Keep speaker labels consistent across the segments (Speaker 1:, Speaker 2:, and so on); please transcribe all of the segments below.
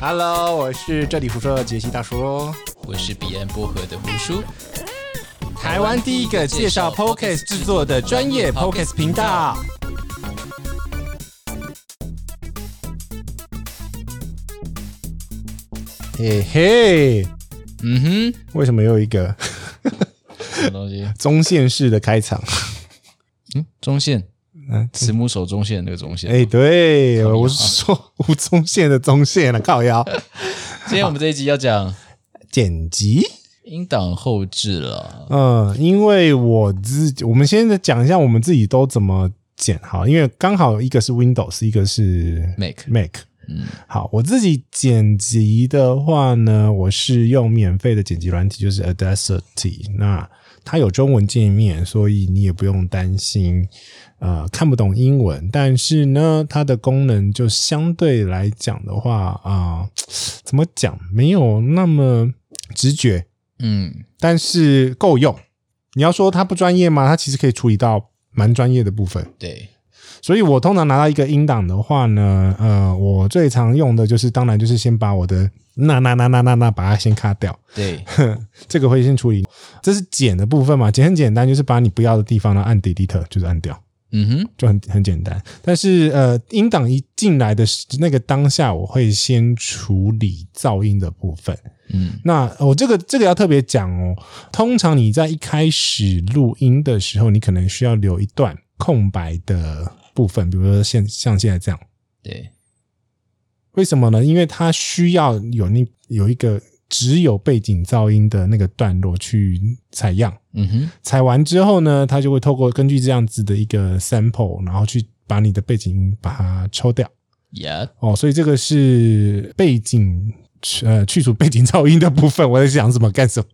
Speaker 1: Hello，我是这里胡说的杰西大叔，
Speaker 2: 我是彼岸薄荷的胡叔，
Speaker 1: 台湾第一个介绍 Podcast 制作的专业 Podcast 频道。嘿嘿，
Speaker 2: 嗯哼，
Speaker 1: 为什么又一个
Speaker 2: 什么东西？
Speaker 1: 中线式的开 场？
Speaker 2: 嗯，中线，
Speaker 1: 嗯
Speaker 2: 慈母手中线那个中线。
Speaker 1: 哎、对，
Speaker 2: 靠腰啊
Speaker 1: 我是说吴宗宪的宗宪了，靠腰
Speaker 2: 今天我们这一集要讲
Speaker 1: 剪辑。
Speaker 2: 音档后置了，
Speaker 1: 嗯，因为我自己，我们先讲一下我们自己都怎么剪好，因为刚好一个是 Windows，一个是
Speaker 2: Mac
Speaker 1: Mac。
Speaker 2: 嗯，
Speaker 1: 好，我自己剪辑的话呢，我是用免费的剪辑软体，就是 Audacity。那它有中文界面，所以你也不用担心呃看不懂英文。但是呢，它的功能就相对来讲的话啊、怎么讲，没有那么直觉。
Speaker 2: 嗯，
Speaker 1: 但是够用。你要说它不专业吗？它其实可以处理到蛮专业的部分。
Speaker 2: 对，
Speaker 1: 所以我通常拿到一个音档的话呢，呃，我最常用的就是，当然就是先把我的那那那那那那把它先卡掉，
Speaker 2: 对，
Speaker 1: 这个会先处理。这是剪的部分嘛，剪很简单，就是把你不要的地方呢按 delete 就是按掉，
Speaker 2: 嗯哼，
Speaker 1: 就很很简单。但是呃，音档一进来的时那个当下，我会先处理噪音的部分。
Speaker 2: 嗯，
Speaker 1: 那呃我、这个这个要特别讲哦，通常你在一开始录音的时候，你可能需要留一段空白的部分，比如说现像现在这样，
Speaker 2: 对，
Speaker 1: 为什么呢？因为它需要有那有一个只有背景噪音的那个段落去采样，
Speaker 2: 嗯哼，
Speaker 1: 采完之后呢，它就会透过根据这样子的一个 sample，然后去把你的背景音把它抽掉。
Speaker 2: 呀，
Speaker 1: 哦，所以这个是背景呃去除背景噪音的部分。我在想什么干什么？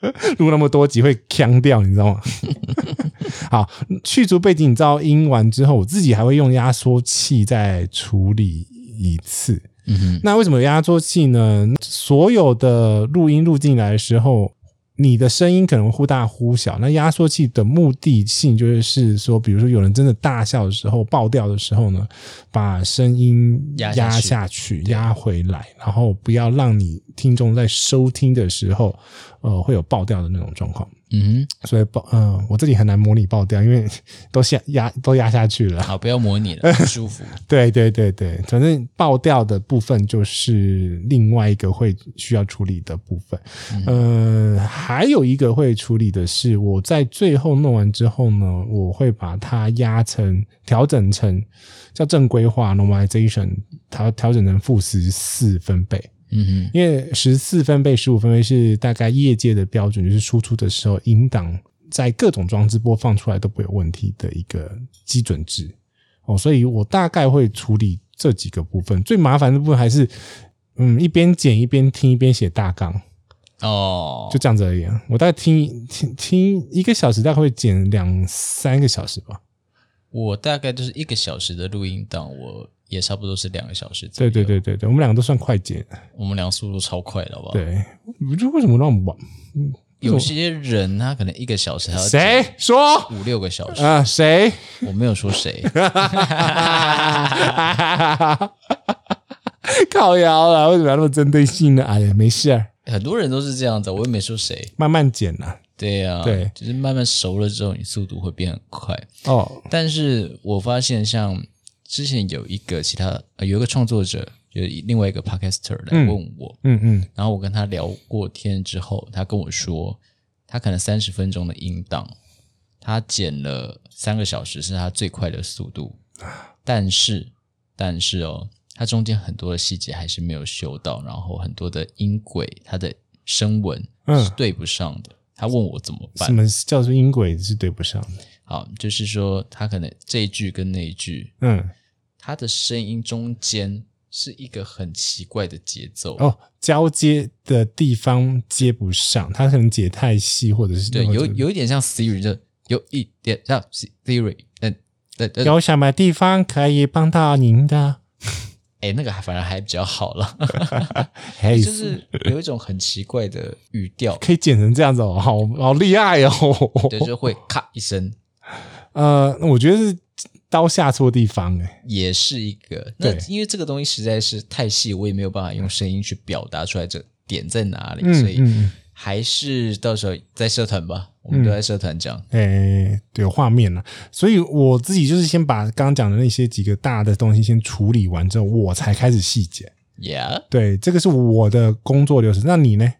Speaker 1: 录那么多集会腔掉，你知道吗？ 好，去除背景噪音完之后，我自己还会用压缩器再处理一次。
Speaker 2: 嗯哼，
Speaker 1: 那为什么有压缩器呢？所有的录音录进来的时候，你的声音可能忽大忽小。那压缩器的目的性就是说，比如说有人真的大笑的时候、爆掉的时候呢，把声音
Speaker 2: 压
Speaker 1: 压
Speaker 2: 下去
Speaker 1: 下去、压回来，然后不要让你听众在收听的时候，呃，会有爆掉的那种状况。
Speaker 2: 嗯
Speaker 1: 所以爆，嗯、我这里很难模拟爆掉，因为都下压都压下去了
Speaker 2: 哼，。好，不要模拟了，不舒服，
Speaker 1: 对对对对，反正爆掉的部分就是另外一个会需要处理的部分。呃，还有一个会处理的是，我在最后弄完之后呢，我会把它压成调整成叫正规化 （normalization），调调整成负十四分贝。
Speaker 2: 嗯
Speaker 1: 因为十四分贝、十五分贝是大概业界的标准，就是输出的时候音档在各种装置播放出来都不会有问题的一个基准值哦，所以我大概会处理这几个部分。最麻烦的部分还是，嗯，一边剪一边听一边写大纲，
Speaker 2: 哼，哦，
Speaker 1: 就这样子而已啊、我大概听听听一个小时，大概会剪两三个小时吧。
Speaker 2: 我大概就是一个小时的录音档，我也差不多是两个小时
Speaker 1: 对
Speaker 2: 左右。
Speaker 1: 对对对对，我们两个都算快剪。
Speaker 2: 我们俩速度超快的，好不好？，
Speaker 1: 对，我就为什么让我们
Speaker 2: 有些人他可能一个小时还要
Speaker 1: 谁说？
Speaker 2: 五六个小时，
Speaker 1: 啊、谁？
Speaker 2: 我没有说谁，
Speaker 1: 靠腰了，为什么要那么针对性呢？哎呀，没事儿，
Speaker 2: 很多人都是这样子，我也没说谁。
Speaker 1: 慢慢剪啦。
Speaker 2: 对啊，
Speaker 1: 对
Speaker 2: 就是慢慢熟了之后，你速度会变很快。
Speaker 1: 哦，
Speaker 2: 但是我发现，像之前有一个其他、呃有一个创作者，有另外一个 podcaster 来问我，
Speaker 1: 嗯嗯
Speaker 2: 然后我跟他聊过天之后，他跟我说，他可能三十分钟的音档，他剪了三个小时是他最快的速度，但是但是哦，他中间很多的细节还是没有修到，然后很多的音轨，他的声纹
Speaker 1: 嗯
Speaker 2: 是对不上的。他问我怎么
Speaker 1: 什
Speaker 2: 办？
Speaker 1: 么叫做音轨是对不上的？
Speaker 2: 好，就是说他可能这一句跟那一句，
Speaker 1: 嗯，
Speaker 2: 他的声音中间是一个很奇怪的节奏。
Speaker 1: 哦，交接的地方接不上，它可能解太细，或者是
Speaker 2: 对，
Speaker 1: 或者
Speaker 2: 有有一点像 Siri，就有一点像 Siri，嗯，对对，
Speaker 1: 有什么地方可以帮到您的？
Speaker 2: 哎，那个还反而还比较 好了，
Speaker 1: 嘿，
Speaker 2: 就是有一种很奇怪的语 调，
Speaker 1: 可以剪成这样子哦，好好厉害哦。
Speaker 2: 对，就会咔一声，
Speaker 1: 呃，我觉得是刀下错地方哎、
Speaker 2: 也是一个。那
Speaker 1: 对
Speaker 2: 因为这个东西实在是太细，我也没有办法用声音去表达出来这点在哪里，所
Speaker 1: 嗯
Speaker 2: 以
Speaker 1: 嗯，
Speaker 2: 还是到时候在社团吧，我们都在社团讲。
Speaker 1: 哎、对，有画面了。啊所以我自己就是先把刚刚讲的那些几个大的东西先处理完之后，我才开始细节。
Speaker 2: Yeah，
Speaker 1: 对，这个是我的工作流程。那你呢？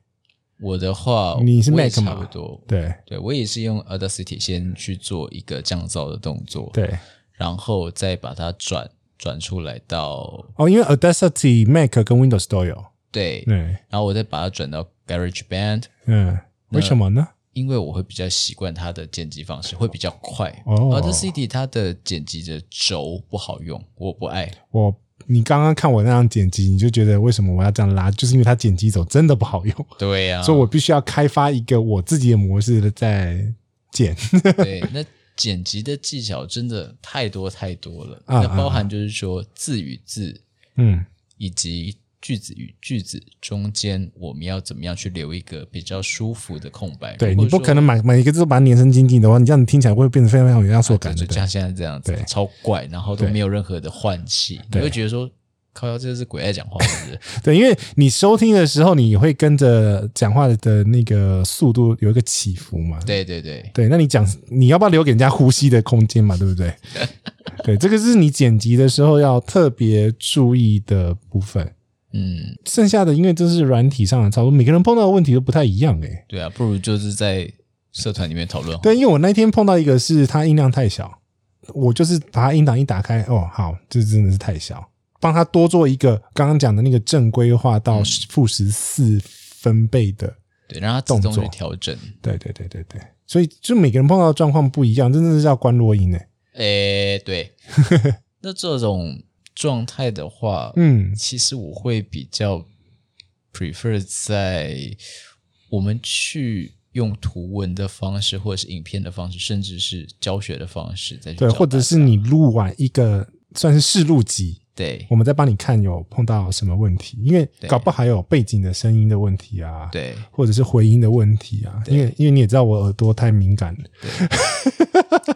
Speaker 2: 我的话
Speaker 1: 你是
Speaker 2: 我也
Speaker 1: Mac 嘛
Speaker 2: 差不多，
Speaker 1: 对
Speaker 2: 对我也是用 Audacity 先去做一个降噪的动作，，
Speaker 1: 对
Speaker 2: 然后再把它转转出来到
Speaker 1: 哦，因为 Audacity、Mac 跟 Windows 都有。
Speaker 2: 对，
Speaker 1: 对，
Speaker 2: 然后我再把它转到 GarageBand，
Speaker 1: 嗯，为什么呢？
Speaker 2: 因为我会比较习惯它的剪辑方式，会比较快。
Speaker 1: 哦
Speaker 2: Audacity 它的剪辑的轴不好用，我 不爱。
Speaker 1: 我你刚刚看我那样剪辑，你就觉得为什么我要这样拉？就是因为它剪辑走真的不好用，
Speaker 2: 对呀、
Speaker 1: 所以我必须要开发一个我自己的模式在剪。
Speaker 2: 对，那剪辑的技巧真的太多太多了。
Speaker 1: 啊
Speaker 2: 那
Speaker 1: 啊
Speaker 2: 包含就是说字与字
Speaker 1: 嗯，
Speaker 2: 以及句子与句子中间，我们要怎么样去留一个比较舒服的空白？
Speaker 1: 对
Speaker 2: 如果
Speaker 1: 你不
Speaker 2: 说
Speaker 1: 可能把每一个字都把它粘成紧紧的话，你这样听起来会变得非常非常有压缩感
Speaker 2: 感
Speaker 1: 的
Speaker 2: 觉。
Speaker 1: 对
Speaker 2: 啊像现在这样子
Speaker 1: 对，
Speaker 2: 超怪，然后都
Speaker 1: 对
Speaker 2: 没有任何的换气，你
Speaker 1: 对
Speaker 2: 会觉得说。靠腰，这是鬼在讲话，是不是？
Speaker 1: 对，因为你收听的时候，你会跟着讲话的那个速度有一个起伏嘛。
Speaker 2: 对 对对，
Speaker 1: 对，那你讲你要不要留给人家呼吸的空间嘛？对不对？ 对，这个是你剪辑的时候要特别注意的部分。
Speaker 2: 嗯，
Speaker 1: 剩下的因为这是软体上的操作，每个人碰到的问题都不太一样诶、欸
Speaker 2: 对啊，不如就是在社团里面讨论。
Speaker 1: 对，因为我那天碰到一个是它音量太小，我就是把它音档一打开，哦，好，这真的是太小，帮它多做一个刚刚讲的那个正规化到负十四分贝的，
Speaker 2: 对，让它自
Speaker 1: 动
Speaker 2: 动
Speaker 1: 作
Speaker 2: 去调整。
Speaker 1: 对对对对对，所以就每个人碰到的状况不一样，真的是要关落欸音诶、
Speaker 2: 诶， 对。那这种状态的话，
Speaker 1: 嗯
Speaker 2: 其实我会比较 prefer 在我们去用图文的方式，或者是影片的方式，甚至是教学的方式再去
Speaker 1: 对，
Speaker 2: 教
Speaker 1: 或者
Speaker 2: 大
Speaker 1: 是
Speaker 2: 家
Speaker 1: 你录完一个算是试录集，
Speaker 2: 对
Speaker 1: 我们再帮你看有碰到什么问题，因为
Speaker 2: 对
Speaker 1: 搞不好还有背景的声音的问题啊，
Speaker 2: 对
Speaker 1: 或者是回音的问题啊，因为因为你也知道我耳朵太敏感了，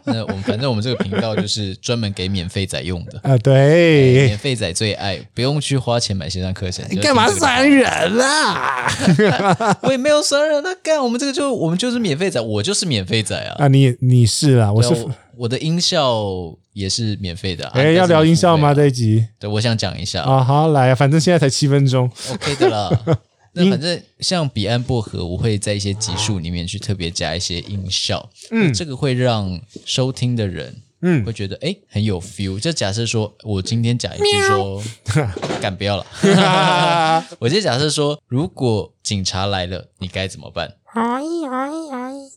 Speaker 2: 那我们反正我们这个频道就是专门给免费仔用的
Speaker 1: 啊、 对，
Speaker 2: 免费仔最爱，不用去花钱买线上课程。
Speaker 1: 你
Speaker 2: 就
Speaker 1: 干嘛
Speaker 2: 听这个
Speaker 1: 删人啦、啊？
Speaker 2: 我也没有伤人，那干我们这个就我们就是免费仔，我就是免费仔啊！
Speaker 1: 你也你是啦，哎我
Speaker 2: 对啊
Speaker 1: 是
Speaker 2: 我我的音效也是免费的、啊。
Speaker 1: 哎、
Speaker 2: 但是
Speaker 1: 要聊
Speaker 2: 你付
Speaker 1: 音效吗？
Speaker 2: 费啊
Speaker 1: 这一集
Speaker 2: 对，我想讲一下、
Speaker 1: 啊，好来啊，反正现在才七分钟，
Speaker 2: o k 的啦。那反正像彼岸薄荷，我会在一些集数里面去特别加一些音效， 嗯，这个会让收听的人，
Speaker 1: 嗯
Speaker 2: 嗯，会觉得哎、很有 feel。就假设说我今天讲一句说，干不要了， 我今天假设说，如果警察来了，你该怎么办？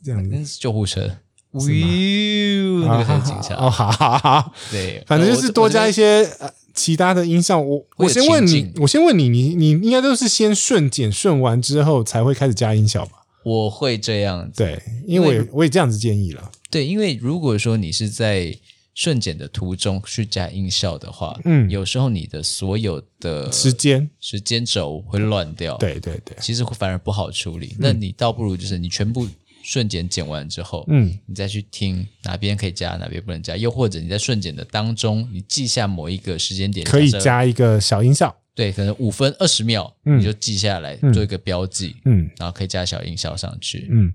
Speaker 1: 这样子
Speaker 2: 那是救护车。呜，那个才是警察。
Speaker 1: 哦，好好好，
Speaker 2: 对，
Speaker 1: 反正就是多加一
Speaker 2: 些。
Speaker 1: 些。呃其他的音效，我
Speaker 2: 会
Speaker 1: 我
Speaker 2: 有
Speaker 1: 先问
Speaker 2: 情
Speaker 1: 你
Speaker 2: 境，
Speaker 1: 我先问你，你你应该都是先顺剪顺完之后才会开始加音效吧？
Speaker 2: 我会这样子。
Speaker 1: 对，因为我也我也这样子建议了。
Speaker 2: 对，因为如果说你是在瞬剪的途中去加音效的话，
Speaker 1: 嗯
Speaker 2: 有时候你的所有的
Speaker 1: 时间，
Speaker 2: 时间轴会乱掉，，
Speaker 1: 对嗯对对，
Speaker 2: 其实会反而不好处理。那你倒不如就是你全部瞬剪剪完之后，
Speaker 1: 嗯，
Speaker 2: 你再去听哪边可以加，哪边不能加，又或者你在瞬剪的当中，你记下某一个时间点，
Speaker 1: 可以
Speaker 2: 假设
Speaker 1: 加一个小音效。
Speaker 2: 对，可能五分二十秒，
Speaker 1: 嗯
Speaker 2: 你就记下来、
Speaker 1: 嗯
Speaker 2: 做一个标记，
Speaker 1: 嗯
Speaker 2: 然后可以加小音效上去。
Speaker 1: 嗯，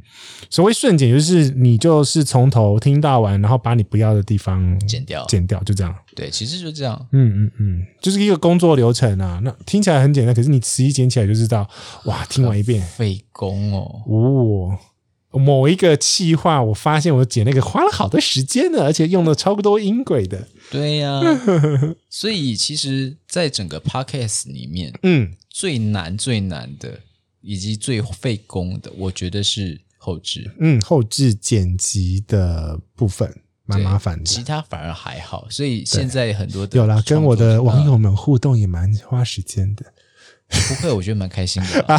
Speaker 1: 所谓顺剪就是你就是从头听到完，然后把你不要的地方
Speaker 2: 剪掉
Speaker 1: 剪掉，就这样。
Speaker 2: 对，其实就这样。
Speaker 1: 嗯嗯嗯，就是一个工作流程啊。那听起来很简单，可是你实际剪起来就知道，哇，听完一遍，
Speaker 2: 费工哦。
Speaker 1: 哦。某一个气话，我发现我剪那个花了好多时间呢，而且用了超多音轨的。
Speaker 2: 对呀、 所以其实，在整个 podcast 里面，
Speaker 1: 嗯，
Speaker 2: 最难、最难的，以及最费工的，我觉得是后置，
Speaker 1: 嗯，后置剪辑的部分蛮
Speaker 2: 对
Speaker 1: 麻烦的
Speaker 2: 其。他反而还好。所以现在很多的
Speaker 1: 有啦，跟我的
Speaker 2: 创作者
Speaker 1: 网友们互动也蛮花时间的。
Speaker 2: 不会，我觉得蛮开心的啦。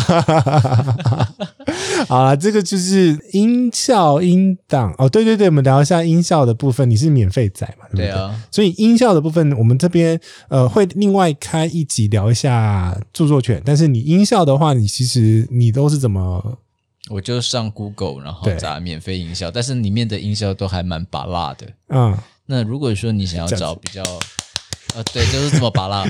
Speaker 1: 好啦，这个就是音效音档哦，对对对，我们聊一下音效的部分。你是免费仔嘛？对不对
Speaker 2: 对啊，
Speaker 1: 所以音效的部分，我们这边呃会另外开一集聊一下著作权。但是你音效的话，你其实你都是怎么
Speaker 2: 我就上 Google，然后
Speaker 1: 对
Speaker 2: 砸免费音效，但是里面的音效都还蛮拔辣的。
Speaker 1: 嗯
Speaker 2: 那如果说你想要找比较，呃，对，就是这么 拔拉。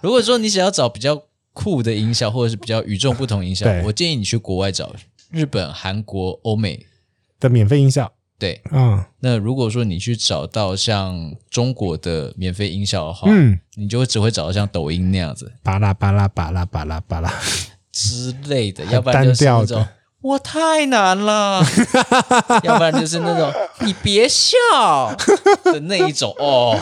Speaker 2: 如果说你想要找比较酷的音效，或者是比较与众不同音效
Speaker 1: 对，
Speaker 2: 我建议你去国外找日本、韩国、欧美。
Speaker 1: 的免费音效，
Speaker 2: 对，
Speaker 1: 嗯
Speaker 2: 那如果说你去找到像中国的免费音效的话，
Speaker 1: 嗯，
Speaker 2: 你就会只会找到像抖音那样子
Speaker 1: 巴拉巴拉巴拉巴拉巴拉，
Speaker 2: 之类的，要不然就是
Speaker 1: 单
Speaker 2: 那
Speaker 1: 调
Speaker 2: 种
Speaker 1: 的
Speaker 2: 我太 难了，要不然就是那种你别笑的那一种哦，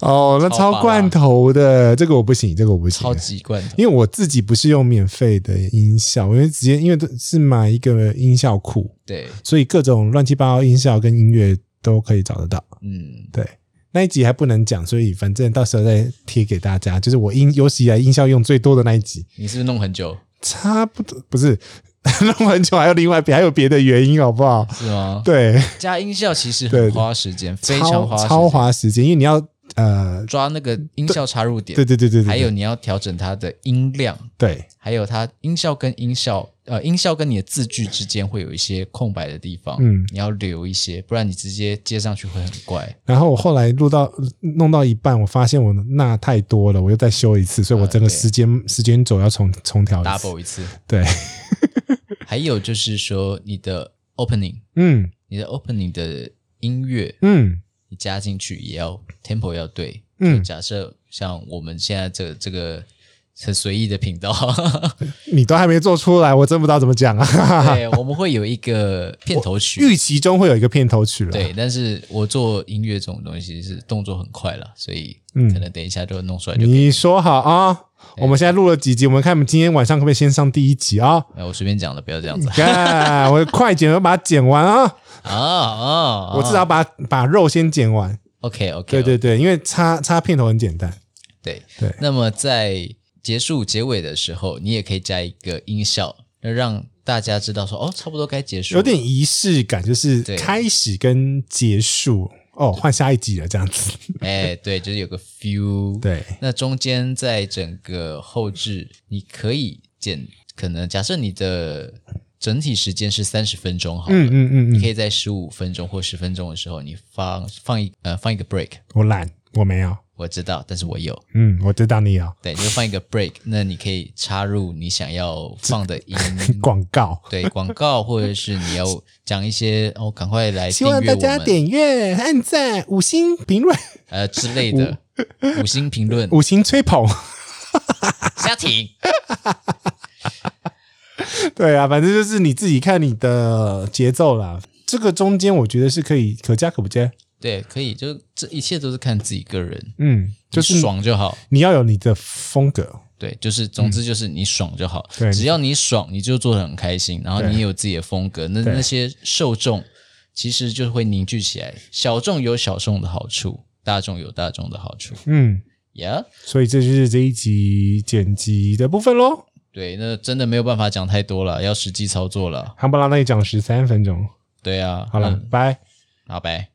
Speaker 1: 哦，那
Speaker 2: 超
Speaker 1: 超
Speaker 2: 巴拉
Speaker 1: 罐头的，这个我不行，这个我不行，
Speaker 2: 超级罐头。
Speaker 1: 因为我自己不是用免费的音效，我就直接因为都是买一个音效库，
Speaker 2: 对，
Speaker 1: 所以各种乱七八糟音效跟音乐都可以找得到。
Speaker 2: 嗯，
Speaker 1: 对，那一集还不能讲，所以反正到时候再贴给大家。就是我音有史以来音效用最多的那一集，
Speaker 2: 你是不是弄很久？
Speaker 1: 差不多不是 弄很久，还有另外别还有别的原因，好不好？
Speaker 2: 是吗？
Speaker 1: 对，
Speaker 2: 加音效其实
Speaker 1: 对
Speaker 2: 很花时间，非常花
Speaker 1: 超
Speaker 2: 时
Speaker 1: 超
Speaker 2: 间，
Speaker 1: 花时间，因为你要呃，
Speaker 2: 抓那个音效插入点
Speaker 1: 对，对对对对，
Speaker 2: 还有你要调整它的音量，
Speaker 1: 对
Speaker 2: 还有它音效跟音效，呃，音效跟你的字句之间会有一些空白的地方，
Speaker 1: 嗯
Speaker 2: 你要留一些，不然你直接接上去会很怪。
Speaker 1: 然后我后来录到弄到一半，我发现我那太多了，我又再修一次，所以我整个
Speaker 2: 啊对
Speaker 1: 时间、时间轴要重重调一次。
Speaker 2: double 一次。
Speaker 1: 对，
Speaker 2: 还有就是说你的 opening，
Speaker 1: 嗯
Speaker 2: 你的 opening 的音乐
Speaker 1: 嗯
Speaker 2: 你加进去也要 tempo 要对。
Speaker 1: 嗯，
Speaker 2: 假设像我们现在这个这个很随意的频 道，
Speaker 1: 你都还没做出来，我真不知道怎么讲啊。
Speaker 2: 对，我们会有一个片头曲。
Speaker 1: 预期中会有一个片头曲了，
Speaker 2: 对，但是我做音乐这种东西是动作很快了，所以
Speaker 1: 嗯
Speaker 2: 可能等一下就弄出来就。
Speaker 1: 你说好啊。我们现在录了几集，我们看我们今天晚上可不可以先上第一集 啊？
Speaker 2: 哎，我随便讲的，不要这样子
Speaker 1: 干，我快剪，我要把它剪完 啊！
Speaker 2: 啊啊！
Speaker 1: 我至少把把肉先剪完。
Speaker 2: OK OK，
Speaker 1: 对对对，因为插插片头很简单。
Speaker 2: 对
Speaker 1: 对
Speaker 2: 那么在结束结尾的时候，你也可以加一个音效，那让大家知道说哦，差不多该结束了。
Speaker 1: 有点仪式感，就是
Speaker 2: 对
Speaker 1: 开始跟结束哦，换下一集了这样 子。
Speaker 2: 哎，对，就是有个 feel。，
Speaker 1: 对，
Speaker 2: 那中间在整个后置，你可以剪，可能假设你的整体时间是三十分钟好了。
Speaker 1: 嗯嗯嗯
Speaker 2: 你
Speaker 1: 嗯，
Speaker 2: 可以在十五分钟或十分钟的时候，你放放一呃放一个 break，
Speaker 1: 我懒，我没有。
Speaker 2: 我知道，但是我 有，
Speaker 1: 嗯，我知道你有
Speaker 2: 对，就放一个 break，那你可以插入你想要放的 音
Speaker 1: 广告，
Speaker 2: 对广告，或者是你要讲一些哦，赶快来
Speaker 1: 希
Speaker 2: 订阅我
Speaker 1: 望大
Speaker 2: 们
Speaker 1: 家点阅、按赞、五星评论、，
Speaker 2: 呃之类的五星评论
Speaker 1: 五星吹捧。
Speaker 2: 瞎停。
Speaker 1: 对啊，反正就是你自己看你的节奏啦。这个中间我觉得是可以可加可不加。
Speaker 2: 对，可以，就这一切都是看自己个人，
Speaker 1: 嗯，就是
Speaker 2: 你爽就好。
Speaker 1: 你要有你的风格。
Speaker 2: 对，就是总之就是你爽就好，
Speaker 1: 嗯对
Speaker 2: 只要你爽，你就做的很开心，然后
Speaker 1: 对
Speaker 2: 你也有自己的风格，那
Speaker 1: 对
Speaker 2: 那些受众其实就会凝聚起来。小众有小众的好处，大众有大众的好处。
Speaker 1: 嗯，
Speaker 2: Yeah，
Speaker 1: 所以这就是这一集剪辑的部分喽。
Speaker 2: 对，那真的没有办法讲太多了，要实际操作了。
Speaker 1: 汉布拉那里讲十三分钟，
Speaker 2: 对啊，
Speaker 1: 好了，
Speaker 2: 嗯
Speaker 1: 拜。
Speaker 2: 好拜。